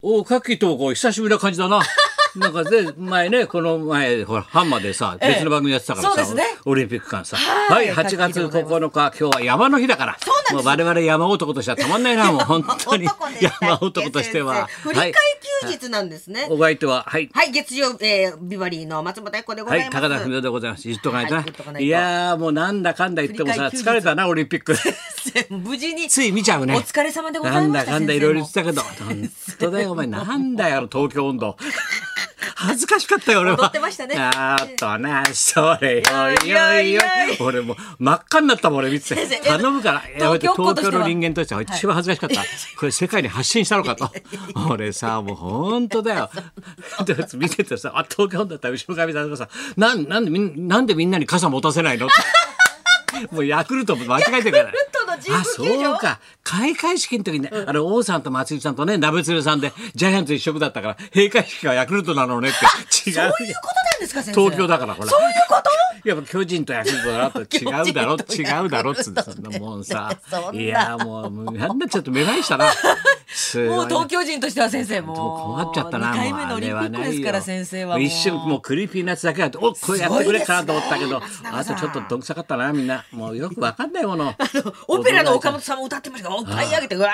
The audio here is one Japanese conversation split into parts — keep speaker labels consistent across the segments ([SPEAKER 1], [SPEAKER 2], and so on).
[SPEAKER 1] おお、かっきーともこう久しぶりな感じ だな。なんかで前ねこの前ほらハンマーでさ、
[SPEAKER 2] ええ
[SPEAKER 1] 別の番組やってたから
[SPEAKER 2] そうで
[SPEAKER 1] さ、
[SPEAKER 2] すね
[SPEAKER 1] オリンピック間さは
[SPEAKER 2] はい
[SPEAKER 1] い、8月
[SPEAKER 2] かっきーでござい
[SPEAKER 1] 9日今日は山の日だから
[SPEAKER 2] そうなんです
[SPEAKER 1] もう我々山男としてはたまんない なもう本当に
[SPEAKER 2] 男でしたっけ
[SPEAKER 1] 山男としては
[SPEAKER 2] 先生振り替え休日なんですね
[SPEAKER 1] はい、お。相手ははい
[SPEAKER 2] はい、月曜、えー、ビバリーの松本明子でござ
[SPEAKER 1] はいい、
[SPEAKER 2] ます。
[SPEAKER 1] 高田文夫でございます。言っとかないと
[SPEAKER 2] はい言っとかな
[SPEAKER 1] な。
[SPEAKER 2] いと
[SPEAKER 1] いやー、もうなんだかんだ言ってもさ、
[SPEAKER 2] 振り返り休日
[SPEAKER 1] 疲れたな、オリンピッ ク。
[SPEAKER 2] 無事に。
[SPEAKER 1] つい見ちゃうね。
[SPEAKER 2] お疲れ様でございま
[SPEAKER 1] な
[SPEAKER 2] した
[SPEAKER 1] んだかんだいろいろ言って
[SPEAKER 2] 先
[SPEAKER 1] たけど、 本当だよ、お前、なんだよ、あの東京温 度。恥ずかしかったよ、俺は。
[SPEAKER 2] 踊ってましたね
[SPEAKER 1] あーっとな、それよ、いよい
[SPEAKER 2] い
[SPEAKER 1] よ
[SPEAKER 2] やいやい。
[SPEAKER 1] 俺もう真っ赤になったもん、俺見てて
[SPEAKER 2] 先。生
[SPEAKER 1] 頼むから、
[SPEAKER 2] え
[SPEAKER 1] いや俺
[SPEAKER 2] 東京っ
[SPEAKER 1] 東
[SPEAKER 2] 子として
[SPEAKER 1] 京
[SPEAKER 2] は
[SPEAKER 1] の人間としては一番恥ずかしかった。これ世界に発信したのか と。俺さ、もう本当だよ。で見ててさ、あ、東京温度だったら後ろ髪さんがさ、なん、なんでみん、なんでみんなに傘持たせないのって もうヤクルト間違えてるから。ヤク
[SPEAKER 2] ルトの神宮
[SPEAKER 1] あ、
[SPEAKER 2] 球場
[SPEAKER 1] そうか。開会式の時にね、あの、王さんと松井さんとね、鍋鶴さんで、ジャイアンツ一色だったから、閉会式はヤクルトなのねって。違うよ。
[SPEAKER 2] 生そういうことなんですか、先生。
[SPEAKER 1] 東京だからほら
[SPEAKER 2] そういう こと
[SPEAKER 1] やっぱ巨人とヤクルトだろ って違うだろ違うだろっつってそんなもんさ
[SPEAKER 2] そんない
[SPEAKER 1] やもうなんだちょっとめまいしたなすごい
[SPEAKER 2] もう東京人としては先生もう。
[SPEAKER 1] もう困っちゃったな
[SPEAKER 2] 2回目の
[SPEAKER 1] も
[SPEAKER 2] オ
[SPEAKER 1] う
[SPEAKER 2] リンピックで
[SPEAKER 1] あ
[SPEAKER 2] すか
[SPEAKER 1] れ
[SPEAKER 2] ら、
[SPEAKER 1] ないよ
[SPEAKER 2] 先生はもう。
[SPEAKER 1] 一瞬もうクリーピーナッツだけだとおこれやってくれっかなと思ったけど、
[SPEAKER 2] すごいですね
[SPEAKER 1] あ
[SPEAKER 2] 松
[SPEAKER 1] と
[SPEAKER 2] 永
[SPEAKER 1] ちょ
[SPEAKER 2] さん
[SPEAKER 1] っとどんくさかったなみんなもうよくわかんないもの
[SPEAKER 2] オペラの岡本さんも歌ってましたから、歌い上げて、うわー。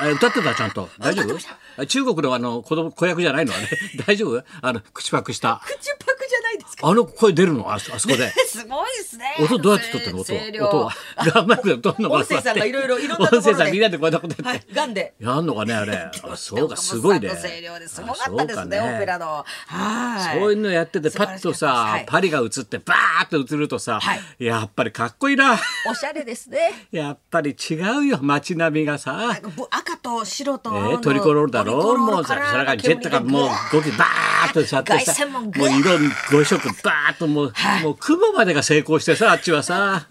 [SPEAKER 1] あ歌ってたちゃんと大丈
[SPEAKER 2] 歌って
[SPEAKER 1] 夫
[SPEAKER 2] ました
[SPEAKER 1] あ中国のあの子供子役じゃないのあれ 大丈夫あの口パクした
[SPEAKER 2] 口パクじゃないですか。
[SPEAKER 1] あの声出るのあそあそこ で
[SPEAKER 2] すごいですね。
[SPEAKER 1] 音どうやって撮ってるの
[SPEAKER 2] 声
[SPEAKER 1] 音
[SPEAKER 2] 量
[SPEAKER 1] は 音は頑張ってどんなもの
[SPEAKER 2] 音声さんがいろいろいろんなところで
[SPEAKER 1] 音声さんみんなでこんなことや
[SPEAKER 2] は
[SPEAKER 1] っ
[SPEAKER 2] い
[SPEAKER 1] て、
[SPEAKER 2] ガンで。
[SPEAKER 1] やんのかねあ れあそうかすごいね
[SPEAKER 2] 岡本さんの声量ですごかったですね、
[SPEAKER 1] あそうか
[SPEAKER 2] オペラの。はい。
[SPEAKER 1] そういうのやってて
[SPEAKER 2] 素
[SPEAKER 1] パ
[SPEAKER 2] 晴ら
[SPEAKER 1] ッ
[SPEAKER 2] しか
[SPEAKER 1] と
[SPEAKER 2] った
[SPEAKER 1] さ、
[SPEAKER 2] はい
[SPEAKER 1] パリが映ってバーッと映るとさ、
[SPEAKER 2] はい
[SPEAKER 1] やっぱりかっこいいな
[SPEAKER 2] おしゃれですね。
[SPEAKER 1] やっぱり違うよ街並みがさ
[SPEAKER 2] なんかぶ赤と白と
[SPEAKER 1] え
[SPEAKER 2] 青の、
[SPEAKER 1] ー、トリコロールだろ
[SPEAKER 2] トリコロー
[SPEAKER 1] も
[SPEAKER 2] ル
[SPEAKER 1] うさ
[SPEAKER 2] カラーの
[SPEAKER 1] それからジェットが
[SPEAKER 2] 煙
[SPEAKER 1] もう
[SPEAKER 2] ぐわー
[SPEAKER 1] 動きバーッとしちゃって
[SPEAKER 2] 凱
[SPEAKER 1] さ
[SPEAKER 2] 旋門ぐ
[SPEAKER 1] も
[SPEAKER 2] わ
[SPEAKER 1] う
[SPEAKER 2] ー
[SPEAKER 1] 色5色バーッともう,、もう雲までが成功してさあっちは さ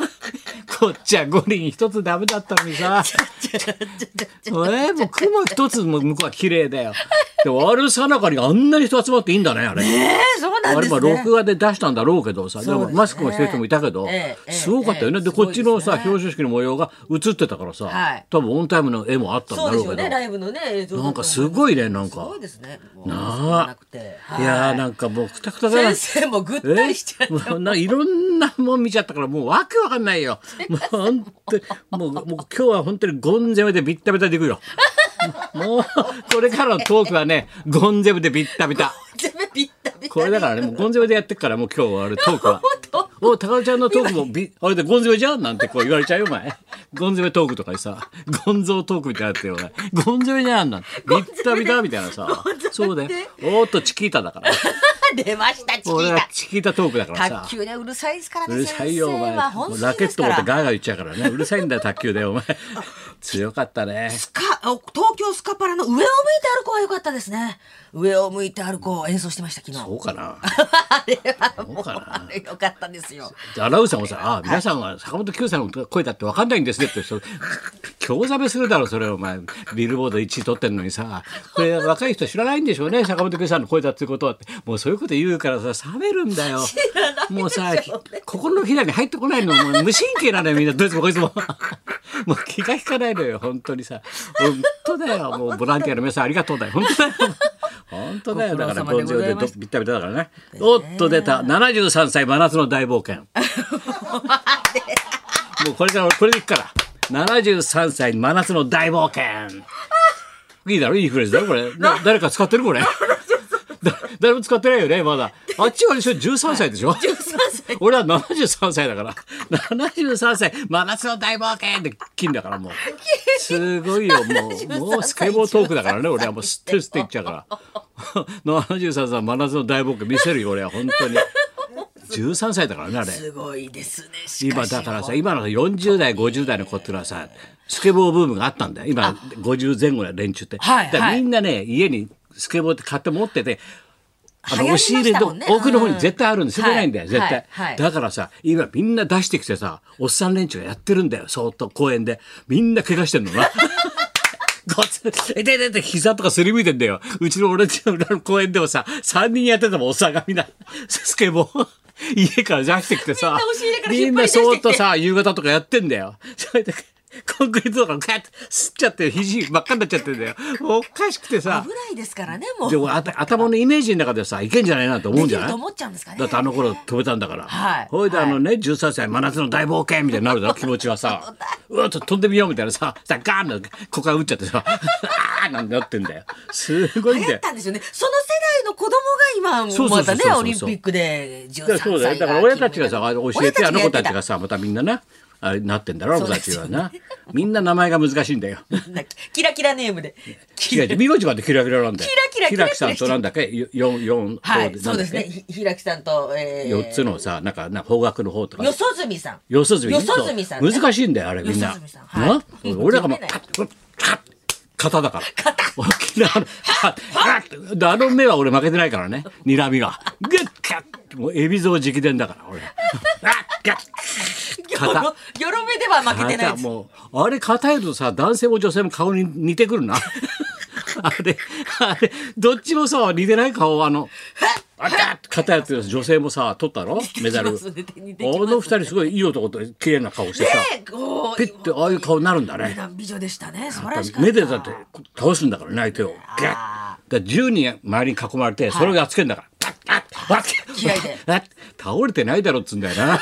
[SPEAKER 1] こっちは五輪一つダメだったのにさえー、もう雲一つも向こうは綺麗だよでもあるさなかにあんなに人集まっていいんだねあれ。
[SPEAKER 2] えー、そうなん
[SPEAKER 1] あ
[SPEAKER 2] で
[SPEAKER 1] れ
[SPEAKER 2] す
[SPEAKER 1] まあ
[SPEAKER 2] ね
[SPEAKER 1] 録。画で出したんだろうけどさ、
[SPEAKER 2] うですね
[SPEAKER 1] でもマスクをしてる人もいたけど、
[SPEAKER 2] ええええ
[SPEAKER 1] すごかったよね、
[SPEAKER 2] ええ
[SPEAKER 1] でこっちのさ、
[SPEAKER 2] すごい
[SPEAKER 1] 表
[SPEAKER 2] ですね
[SPEAKER 1] 彰式の模様が映ってたからさ、
[SPEAKER 2] はい
[SPEAKER 1] 多分オンタイムの絵もあったん
[SPEAKER 2] そ
[SPEAKER 1] だ
[SPEAKER 2] うで
[SPEAKER 1] ろ
[SPEAKER 2] しょ
[SPEAKER 1] う
[SPEAKER 2] う
[SPEAKER 1] けど
[SPEAKER 2] ね、ライブのね、映像
[SPEAKER 1] なんかすごいねなん
[SPEAKER 2] すご
[SPEAKER 1] か
[SPEAKER 2] い。ですね。もう
[SPEAKER 1] なあ
[SPEAKER 2] なくて。
[SPEAKER 1] いやー
[SPEAKER 2] はい
[SPEAKER 1] なんかもうくたくただな。
[SPEAKER 2] 先生もぐったりしちゃって。
[SPEAKER 1] もうないろんなもん見ちゃったからもうわけわかんないよ。もう本当にもうもう今日は本当にゴン攻めでビッタビタでいくよ。もうこれからのトークはねゴン攻めでビッタビタ。
[SPEAKER 2] 全部ピッタピタ。
[SPEAKER 1] これだからねもうゴン攻めでやってっからもう今日はあれトーク は。お高田ちゃんのトークもビあれでゴン攻めじゃんなんてこう言われちゃうよお前。ゴン攻めトークとかにさゴンゾートークみたいになってるよね。ゴン攻めじゃん なんてビッタビタみたいなさ。そうだよ。おーっとチキータだから。
[SPEAKER 2] 出ました、チキ
[SPEAKER 1] 俺
[SPEAKER 2] ー
[SPEAKER 1] は
[SPEAKER 2] タ。
[SPEAKER 1] チキータトークだからさ
[SPEAKER 2] 卓。球ね、うるさいですからね、
[SPEAKER 1] うるさいよお前
[SPEAKER 2] 先生は本当に
[SPEAKER 1] ラケット持って
[SPEAKER 2] ガ
[SPEAKER 1] ガーガー言っちゃうからねうるさいんだよ卓球でお前強かったね
[SPEAKER 2] スカあ東京スカパラの上を向いて歩こうは良かったですね。上を向いて歩こうを演奏してました、昨日。
[SPEAKER 1] そうかなそうかな
[SPEAKER 2] あれ 良かったんですよ。
[SPEAKER 1] アナウンサーもさ「あ皆さんは坂本九さんの声だって分かんないんですね」って人興ざめするだろそれお前ビルボード1位取ってんのにさこれ若い人知らないんでしょうね坂本九さんの声だってことはってもうそういうこと言うからさ冷めるんだよもうさ心のひらに入ってこないのもう無神経なのよみんなどいつもこいつももう気が引かないのよ本当にさ本当だよもうボランティアの皆さんありがとうだよ本当だよ本当だよだから
[SPEAKER 2] ご苦労様で
[SPEAKER 1] 凡
[SPEAKER 2] ござい
[SPEAKER 1] で
[SPEAKER 2] ま
[SPEAKER 1] ど
[SPEAKER 2] し
[SPEAKER 1] ビッタビタだからねおっと出た73歳真夏の大冒 険もうこれから俺これでいくから73歳真夏の大冒険いいだろいいフレーズだろこれな誰か使ってるこれ だ誰も使ってないよねまだあっちはあれでしょ13歳でしょ、俺は73歳だから73歳真夏の大冒険で金だからもうすごいよもうもうスケボートークだからね俺はもう知ってる知って言っちゃうから 73歳真夏の大冒険見せるよ俺は本当に13歳だからねあれ
[SPEAKER 2] すごいですね。しか
[SPEAKER 1] 今
[SPEAKER 2] し
[SPEAKER 1] だからさ今の40代50代の子っていうのはさスケボーブームがあったんだよ今50前後の連中って、
[SPEAKER 2] はいはい
[SPEAKER 1] だからみんなね家にスケボーって買って持っててあ
[SPEAKER 2] 流
[SPEAKER 1] の
[SPEAKER 2] 行りま
[SPEAKER 1] 押
[SPEAKER 2] し
[SPEAKER 1] し入れ
[SPEAKER 2] たも
[SPEAKER 1] と
[SPEAKER 2] んね
[SPEAKER 1] 奥の方に絶対あるんで捨てないんだよ、
[SPEAKER 2] はい
[SPEAKER 1] 絶対、
[SPEAKER 2] はいはい
[SPEAKER 1] だからさ今みんな出してきてさおっさん連中がやってるんだよそーっと公園でみんな怪我してんのな。ごつ えててて膝とかすりむいてんだよ。うちの俺んちの裏の公園でもさ、3人やってたもん、おっさんがみんな、スケボー。家から出してきてさ
[SPEAKER 2] みんな押し入れか、ら
[SPEAKER 1] み
[SPEAKER 2] 引っ
[SPEAKER 1] んな
[SPEAKER 2] 張り出してきて
[SPEAKER 1] そーっとさ、夕方とかやってんだよ。それでコンクリートとかガッと吸っちゃって肘真っ赤になっちゃってんだよもうおかしくてさ
[SPEAKER 2] 危ないですからね、もう。
[SPEAKER 1] で俺あた頭のイメージの中でさいけんじゃないなと思うんじゃ
[SPEAKER 2] で
[SPEAKER 1] な
[SPEAKER 2] きる
[SPEAKER 1] い
[SPEAKER 2] と思っちゃうんですかね
[SPEAKER 1] だってあの頃飛べたんだから、
[SPEAKER 2] はい
[SPEAKER 1] ほいであのね13歳真夏の大冒険みたいにな るだろ気持ちはさうわちょっと飛んでみようみたいなささガーンって股間打っちゃってさ あーなんてなってんだよすごいんだ
[SPEAKER 2] 流行
[SPEAKER 1] よ
[SPEAKER 2] ったんですよね。その世代の子供が
[SPEAKER 1] そうそ
[SPEAKER 2] 今、
[SPEAKER 1] うそう
[SPEAKER 2] ま
[SPEAKER 1] そう
[SPEAKER 2] たね、オリンピックで13歳
[SPEAKER 1] だから
[SPEAKER 2] が
[SPEAKER 1] そうだよだから親たちがさあ
[SPEAKER 2] 金メダ
[SPEAKER 1] の
[SPEAKER 2] ル
[SPEAKER 1] 教えてあの子たち
[SPEAKER 2] 親
[SPEAKER 1] が
[SPEAKER 2] た
[SPEAKER 1] さまたみんななあれなってんだろあの子たちは
[SPEAKER 2] そう
[SPEAKER 1] な、みんな名前が難しいんだ よ。
[SPEAKER 2] ちがやってたキラキラネームで。
[SPEAKER 1] キラキラ美ちゃんってキラキラなんだよ。
[SPEAKER 2] キラキラキラキラ
[SPEAKER 1] さんとなんだっけよ四四
[SPEAKER 2] はい、
[SPEAKER 1] な
[SPEAKER 2] そ
[SPEAKER 1] んだ
[SPEAKER 2] うで
[SPEAKER 1] っ
[SPEAKER 2] す
[SPEAKER 1] け
[SPEAKER 2] ね。ひひらきさんと、えー、
[SPEAKER 1] 四つのさなんかな方角の方とか
[SPEAKER 2] よそずみさん。
[SPEAKER 1] 四十住
[SPEAKER 2] よそずみさん、
[SPEAKER 1] そう難しいんだよあれみん
[SPEAKER 2] よ
[SPEAKER 1] な
[SPEAKER 2] そずみさん。は。
[SPEAKER 1] ない
[SPEAKER 2] うん
[SPEAKER 1] 俺らがもう
[SPEAKER 2] 読め
[SPEAKER 1] カ
[SPEAKER 2] ない
[SPEAKER 1] ッカッ肩だ から沖縄のカッカッであの目は俺負けてないからね睨みがグッカッもう海老蔵直伝だ から俺あガッ
[SPEAKER 2] よろ
[SPEAKER 1] 肩
[SPEAKER 2] よろめでは負けてない
[SPEAKER 1] 肩
[SPEAKER 2] です。
[SPEAKER 1] もうあれ肩やるとさ男性も女性も顔に似てく るなあれあれどっちもさ似てない顔あのあガッ肩やってる女性もさ取ったろメダルあ
[SPEAKER 2] 似てきますね似てきますね
[SPEAKER 1] の二人すごいいい男と綺麗な顔してさ
[SPEAKER 2] ねこう
[SPEAKER 1] ピッてああいう顔になるんだ
[SPEAKER 2] 美
[SPEAKER 1] ね。
[SPEAKER 2] 男美女でしたね。素晴らしかった。
[SPEAKER 1] 目でだって倒すんだからね相手をガッ
[SPEAKER 2] あ
[SPEAKER 1] だから10人周りに囲まれてそれをやっつけんだから。パッパッパッ
[SPEAKER 2] 気合で
[SPEAKER 1] パッ倒れてないだろっつうんだよな。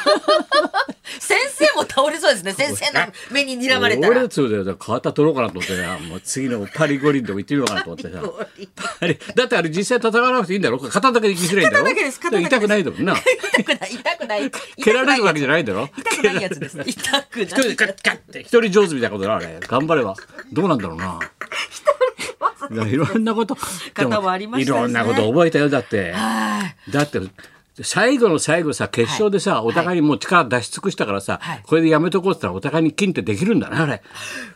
[SPEAKER 2] 先生も倒れそうですね。先生の目に 睨まれた
[SPEAKER 1] 俺
[SPEAKER 2] ら。
[SPEAKER 1] つうだよだから変わった取ろうかなと思ってねもう次のパリ五輪でも行ってみようかなと思って さパリだってあれ実際戦わなくていいんだろ肩だけで生きづらいんだろ
[SPEAKER 2] 肩だけです肩だけです
[SPEAKER 1] 痛くないだろうな
[SPEAKER 2] 痛くない痛くない
[SPEAKER 1] 蹴られるわ
[SPEAKER 2] け
[SPEAKER 1] けじゃないだろ
[SPEAKER 2] 痛くないやつです痛く
[SPEAKER 1] 一人
[SPEAKER 2] ない
[SPEAKER 1] でカッカッって一人上手みたいなことだあれ頑張ればどうなんだろうないやいろんなことで
[SPEAKER 2] 方もありま
[SPEAKER 1] い
[SPEAKER 2] したよね
[SPEAKER 1] ろんなこと覚えたよだって
[SPEAKER 2] はい
[SPEAKER 1] だって最後の最後さ決勝でさ、お互いにもう力出し尽くしたからさ、
[SPEAKER 2] はい
[SPEAKER 1] これでやめとこうって言ったらお互いに金ってできるんだなあれ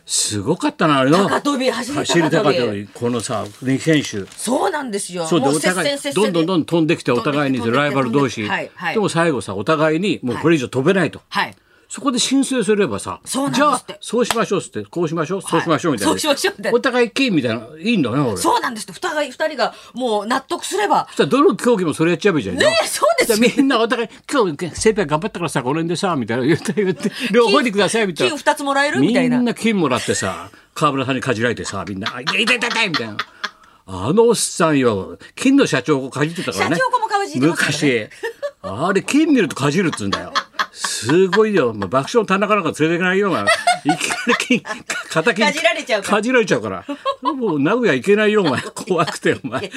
[SPEAKER 1] すごかったなあれな
[SPEAKER 2] 高跳び走り高跳び
[SPEAKER 1] 走り高跳びこのさ二選手
[SPEAKER 2] そうなんですよ
[SPEAKER 1] そうで
[SPEAKER 2] も
[SPEAKER 1] お
[SPEAKER 2] う接
[SPEAKER 1] 互
[SPEAKER 2] 戦
[SPEAKER 1] い
[SPEAKER 2] 接戦
[SPEAKER 1] どんどんどんどん飛んできてお互いに
[SPEAKER 2] 飛んできて
[SPEAKER 1] ライバル同士、
[SPEAKER 2] 飛んできてはいはい
[SPEAKER 1] でも最後さお互いにもうこれ以上飛べないと、
[SPEAKER 2] はい
[SPEAKER 1] そこで申請すればさ、
[SPEAKER 2] そうなんで
[SPEAKER 1] じ
[SPEAKER 2] す
[SPEAKER 1] ゃ
[SPEAKER 2] っ
[SPEAKER 1] あ
[SPEAKER 2] て
[SPEAKER 1] そうしましょうっつってこうしましょう、そうしましょうみたいな
[SPEAKER 2] そうしましょうみたいな
[SPEAKER 1] お互い金みたいないいんだね俺そし
[SPEAKER 2] そうなんですって二人二人がもう納得すれば
[SPEAKER 1] たらどの競技もそれやっちゃえばいいじゃん
[SPEAKER 2] ねえそうですよ
[SPEAKER 1] じゃあみんなお互い今日精一杯頑張ったからさこの辺でさみたいな言って言って両方にくださいみたいな
[SPEAKER 2] 金二つもらえるみたいな
[SPEAKER 1] みんな金もらってさ川村さんにかじられてさみんな「あ痛い痛い痛い痛い」みたいな。あのおっさんよ金の社長をかじってたからね
[SPEAKER 2] 社長もかじってますからね
[SPEAKER 1] 昔あれ金見るとかじるっつうんだよすごいよ、まあ、爆笑田中なんか連れていけないよお前いきなり金肩金
[SPEAKER 2] かじられちゃうから
[SPEAKER 1] かじられちゃうからもう名古屋行けないよお前怖くてお前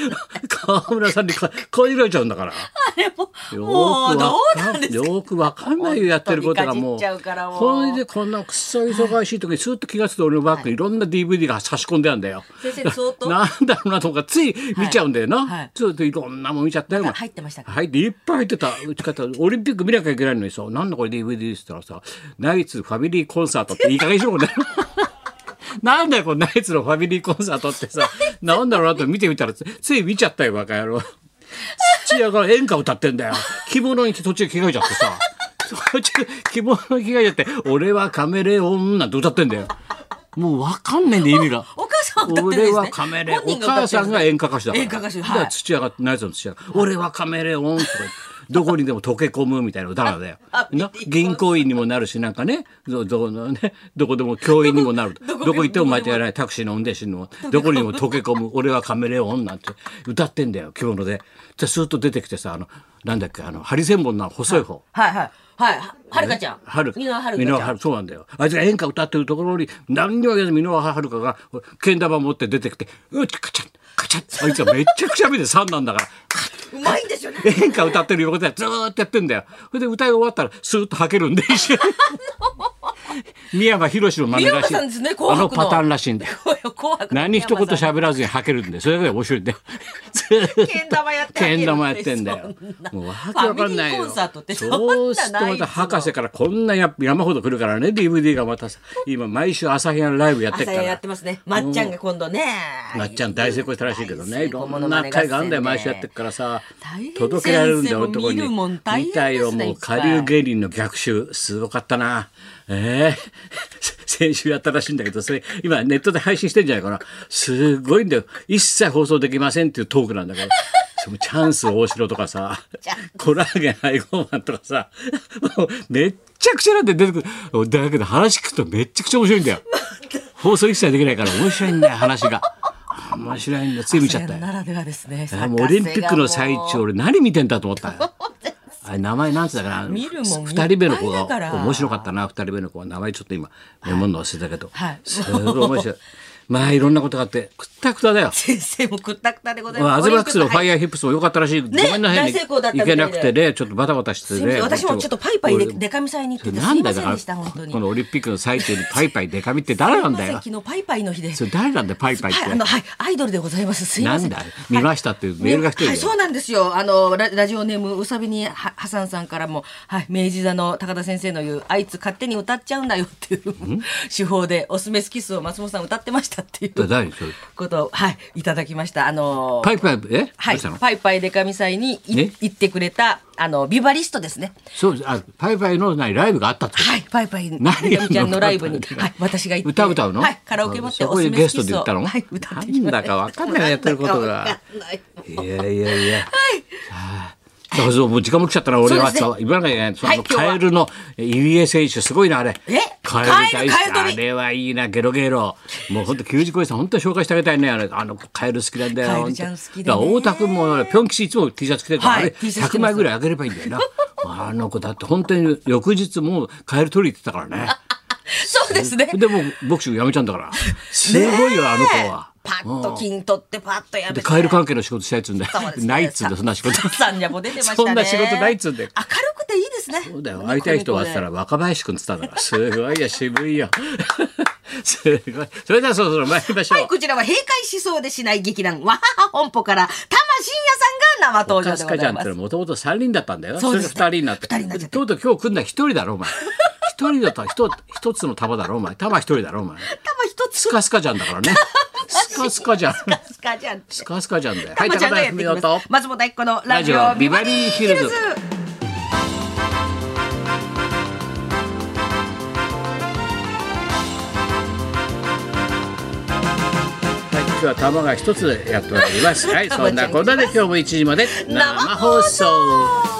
[SPEAKER 1] 川村さんにかかじられちゃうんだから。
[SPEAKER 2] あれも
[SPEAKER 1] よ
[SPEAKER 2] もう
[SPEAKER 1] くわ
[SPEAKER 2] どう
[SPEAKER 1] か
[SPEAKER 2] なん
[SPEAKER 1] ん
[SPEAKER 2] ですか
[SPEAKER 1] よくわかんないよやってることがもう
[SPEAKER 2] 本当にかじっちゃうからもう
[SPEAKER 1] ほいでこんなくっそ忙しい時にスーッと気がつくと俺のバッグにいろんな DVD が差し込んであるんだよ。
[SPEAKER 2] 先生相当
[SPEAKER 1] なんだろうなとかつい見ちゃうんだよな、
[SPEAKER 2] はい
[SPEAKER 1] ずっといろんなもん見ちゃったよお前
[SPEAKER 2] 入ってましたか
[SPEAKER 1] 入っていっぱい入ってたうち方オリンピック見なきゃいけないのにさ「なんだこれ DVD」っつったらさ「ナイツファミリーコンサート」っていい加減にしろもんね なんだよこのナイツのファミリーコンサートってさなんだろうなと見てみたらつつい見ちゃったよバカ野郎土屋が演歌歌ってんだよ着物に途中着替えちゃってさ途中着物に着替えちゃって「俺はカメレオン」なんて歌ってんだよもうわかんねえんだよ意味が。
[SPEAKER 2] お母さんは歌ってる
[SPEAKER 1] 俺
[SPEAKER 2] んですね
[SPEAKER 1] はカメレオン。
[SPEAKER 2] 本
[SPEAKER 1] お
[SPEAKER 2] 人が歌
[SPEAKER 1] 母
[SPEAKER 2] ってる
[SPEAKER 1] さんが演歌歌手だから。
[SPEAKER 2] 演歌歌手
[SPEAKER 1] だ
[SPEAKER 2] はい
[SPEAKER 1] から土屋が、ナイツの土屋が、俺はカメレオンとか言って。どこにでも溶け込むみたいな歌なん だよ。な銀行員にもなるし、なんかね、どどのね、どこでも教員にもなる。ど
[SPEAKER 2] どこ
[SPEAKER 1] こ行っても間違いない、タクシーの運転手にも、どこにでも溶け込む、俺はカメレオンなんて歌ってんだよ、着物で。で、スーッと出てきてさ、あの、なんだっけ、あの、ハリセンボンの細い方。
[SPEAKER 2] はいはいはいはるかちゃん
[SPEAKER 1] はる
[SPEAKER 2] 美濃はるか
[SPEAKER 1] 箕輪
[SPEAKER 2] ちゃ
[SPEAKER 1] は
[SPEAKER 2] ん
[SPEAKER 1] るそうなんだよあいつが演歌歌ってるところに何にも言わず箕輪はるかがけん玉持って出てきてうちカチャンカチャンあいつがめちゃくちゃ見て3なんだから
[SPEAKER 2] うまいんですよね
[SPEAKER 1] 演歌歌ってる横でずーっとやってんだよそれで歌い終わったらスーッと吐け るんで一緒に三山ひろしの真似らしい
[SPEAKER 2] 三山さんですね
[SPEAKER 1] あ
[SPEAKER 2] 紅
[SPEAKER 1] の
[SPEAKER 2] 白の
[SPEAKER 1] パターンらしいん だよ
[SPEAKER 2] 紅白の
[SPEAKER 1] 何一言
[SPEAKER 2] 三山さん
[SPEAKER 1] 喋らずに吐けるんでそれが面白いん だよずーっと
[SPEAKER 2] けん玉やってあげる
[SPEAKER 1] けん玉やってんだよもうわけわかんないよ
[SPEAKER 2] ファミリーコンサートってそんな
[SPEAKER 1] そうすると
[SPEAKER 2] ない
[SPEAKER 1] ま
[SPEAKER 2] です
[SPEAKER 1] た
[SPEAKER 2] よ
[SPEAKER 1] 博士からこんなや山ほど来るからね DVD がまたさ今毎週朝日屋のライブやってっ
[SPEAKER 2] 朝
[SPEAKER 1] か
[SPEAKER 2] や
[SPEAKER 1] ら
[SPEAKER 2] ってますねまっちゃんが今度ね
[SPEAKER 1] まっちゃん大成功したらしいけどねいろ
[SPEAKER 2] 大成功
[SPEAKER 1] んな会があんだよ毎週やってっからさ
[SPEAKER 2] 大変
[SPEAKER 1] 届けられるんだよ
[SPEAKER 2] 先生も
[SPEAKER 1] 男に
[SPEAKER 2] 見るもん大変ですね
[SPEAKER 1] たよも
[SPEAKER 2] いうっぱ
[SPEAKER 1] 下
[SPEAKER 2] い
[SPEAKER 1] 流芸人の逆襲すごかったなええ 先週やったらしいんだけどそれ今ネットで配信してんじゃないかなすごいんだよ一切放送できませんっていうトークなんだからそのチャンス大城とか さ
[SPEAKER 2] チャン、
[SPEAKER 1] コラーゲン配合マンとかさ、もうめっちゃくちゃなんて出てくる。だけど話聞くとめっちゃくちゃ面白いん だよ。放送一切できないから面白いんだよ、話が。面白いんだよ。つい見ちゃったよ。
[SPEAKER 2] ならではですね。
[SPEAKER 1] あもうオリンピックの最中俺何見てんだと思っ たよあれ名前なんつったかな
[SPEAKER 2] 見るもん
[SPEAKER 1] 二人目の子
[SPEAKER 2] いっぱいだ
[SPEAKER 1] が
[SPEAKER 2] から
[SPEAKER 1] 面白かったな二人目の子は名前ちょっと今メモるの忘れたけど、
[SPEAKER 2] はい
[SPEAKER 1] すごい面 白いまあいろんなことがあってくったくただよ
[SPEAKER 2] 先生もくったくたでござい
[SPEAKER 1] まあ
[SPEAKER 2] ま
[SPEAKER 1] ア
[SPEAKER 2] す。
[SPEAKER 1] ズマックスのファイ
[SPEAKER 2] ヤ
[SPEAKER 1] ヤ
[SPEAKER 2] ー。
[SPEAKER 1] ーヒップスも良かったらしい、ごめんなさい
[SPEAKER 2] 大成功だったみ
[SPEAKER 1] 行
[SPEAKER 2] た
[SPEAKER 1] け
[SPEAKER 2] いで
[SPEAKER 1] なくてねちょっとバタバタして
[SPEAKER 2] すいませ
[SPEAKER 1] ね
[SPEAKER 2] ん私もちょっとパイパイで
[SPEAKER 1] 俺
[SPEAKER 2] でかみさいに行っててす
[SPEAKER 1] ないんだ
[SPEAKER 2] ま
[SPEAKER 1] よだ
[SPEAKER 2] せん
[SPEAKER 1] か
[SPEAKER 2] でした本当
[SPEAKER 1] ら
[SPEAKER 2] に。
[SPEAKER 1] このオリンピックの最中にパイパイデカミって誰なんだよ
[SPEAKER 2] すいません昨日パイパイの日で。
[SPEAKER 1] それ誰なんだよパイパイって
[SPEAKER 2] はい、あの、はい、アイドルでございます。すいません。
[SPEAKER 1] なんだ見ましたっていうメールが来てるよ
[SPEAKER 2] はい、そうなんですよ。あの、ララジオネーム、うさびには、ハサンさんからも、はい、明治座の高田先生の言う、あいつ勝手に歌っちゃうんだよっていう 手法で、おすすめスキスを松本さん歌ってましたっていう
[SPEAKER 1] 誰それ
[SPEAKER 2] ことを、はい、いただきました。あのー
[SPEAKER 1] パイパイえ、ど
[SPEAKER 2] は
[SPEAKER 1] う
[SPEAKER 2] い
[SPEAKER 1] したの、
[SPEAKER 2] パイパイでかみ祭にい
[SPEAKER 1] ね
[SPEAKER 2] 行ってくれた、あの、ビバリストですね。
[SPEAKER 1] そうあパイパイの何ライブがあったってこと
[SPEAKER 2] はい、パイパイ、で
[SPEAKER 1] 何や
[SPEAKER 2] か
[SPEAKER 1] んの
[SPEAKER 2] みちゃんのライブに、
[SPEAKER 1] パイパイ
[SPEAKER 2] はい、私が行って。
[SPEAKER 1] 歌歌うの
[SPEAKER 2] はい、カラオケ持っ
[SPEAKER 1] そ
[SPEAKER 2] てお
[SPEAKER 1] こ
[SPEAKER 2] す
[SPEAKER 1] です
[SPEAKER 2] め
[SPEAKER 1] ゲ
[SPEAKER 2] ス
[SPEAKER 1] スト
[SPEAKER 2] キ
[SPEAKER 1] で
[SPEAKER 2] ス
[SPEAKER 1] 言
[SPEAKER 2] を
[SPEAKER 1] ったの、
[SPEAKER 2] はい、歌ってきま
[SPEAKER 1] な
[SPEAKER 2] した
[SPEAKER 1] んだかわかんないなやってることが
[SPEAKER 2] なんだかわかんない
[SPEAKER 1] いやいやいやはいだそうもう時間も来ちゃったな俺は
[SPEAKER 2] そうですね
[SPEAKER 1] さ言わなきゃいけないそ
[SPEAKER 2] はい
[SPEAKER 1] の
[SPEAKER 2] 今日は
[SPEAKER 1] カエルの入江選手すごいなあれ
[SPEAKER 2] え
[SPEAKER 1] カエル大好き
[SPEAKER 2] カエルカエル飛び
[SPEAKER 1] あれはいいなゲロゲロもう本当球児恋さん本当に紹介してあげたいねあれあのカエル好きなんだよ
[SPEAKER 2] カエルちゃん好きでね
[SPEAKER 1] だから大田君もピョン吉いつも T シャツ着てるから、
[SPEAKER 2] はい
[SPEAKER 1] あれ
[SPEAKER 2] T シャツ着てます
[SPEAKER 1] 100枚ぐらいあげればいいんだよなあの子だって本当に翌日もうカエル取りに行ってたからね
[SPEAKER 2] そうですね。
[SPEAKER 1] でもうボクシングやめちゃうんだ から。すごいよ、あの子は。
[SPEAKER 2] パッと金取ってパッとやめて。
[SPEAKER 1] で、カエル関係の仕事したいっつうんだよ
[SPEAKER 2] そうで。すね
[SPEAKER 1] ないっつうんだよ、そんな仕事。
[SPEAKER 2] ささんにゃぼ出てましたね。
[SPEAKER 1] そんな仕事ないっつうんだよ。
[SPEAKER 2] 明るくていいですね。
[SPEAKER 1] そうだよ、会いたい人はっつったら若林くんっつったんだから。すごいよ、渋いよ。すごい。それではそろそろ参りましょ
[SPEAKER 2] はい、
[SPEAKER 1] う。
[SPEAKER 2] こちらは閉会しそうでしない劇団、わはは本舗から、玉信也さんが生登場
[SPEAKER 1] カ
[SPEAKER 2] で
[SPEAKER 1] ス
[SPEAKER 2] ご
[SPEAKER 1] カち
[SPEAKER 2] ざ
[SPEAKER 1] ゃ
[SPEAKER 2] い
[SPEAKER 1] んっ
[SPEAKER 2] ま
[SPEAKER 1] て
[SPEAKER 2] す。
[SPEAKER 1] もともと3人だったんだよ。
[SPEAKER 2] そう
[SPEAKER 1] それ
[SPEAKER 2] で
[SPEAKER 1] が
[SPEAKER 2] す
[SPEAKER 1] 2人になって。
[SPEAKER 2] 二人になっちゃった
[SPEAKER 1] とうとう今日来んのは1人だろ、お前。1人だと一一つの束だろ、お前。束1人だろ、お前。
[SPEAKER 2] 玉一つ
[SPEAKER 1] スカスカちゃんだからね。スカスカじゃん。
[SPEAKER 2] スカちゃん。
[SPEAKER 1] スカスカじゃんだよ。
[SPEAKER 2] 玉ちゃんがやって
[SPEAKER 1] 文
[SPEAKER 2] き
[SPEAKER 1] 雄
[SPEAKER 2] ま
[SPEAKER 1] と
[SPEAKER 2] す。松本一子のラジ
[SPEAKER 1] ラジ
[SPEAKER 2] オ
[SPEAKER 1] オ
[SPEAKER 2] ビバリーヒル
[SPEAKER 1] ビ
[SPEAKER 2] ズ
[SPEAKER 1] バリ。はい、今日は玉が一つやっております。はい、そんなこんなで今日も1時まで生放送。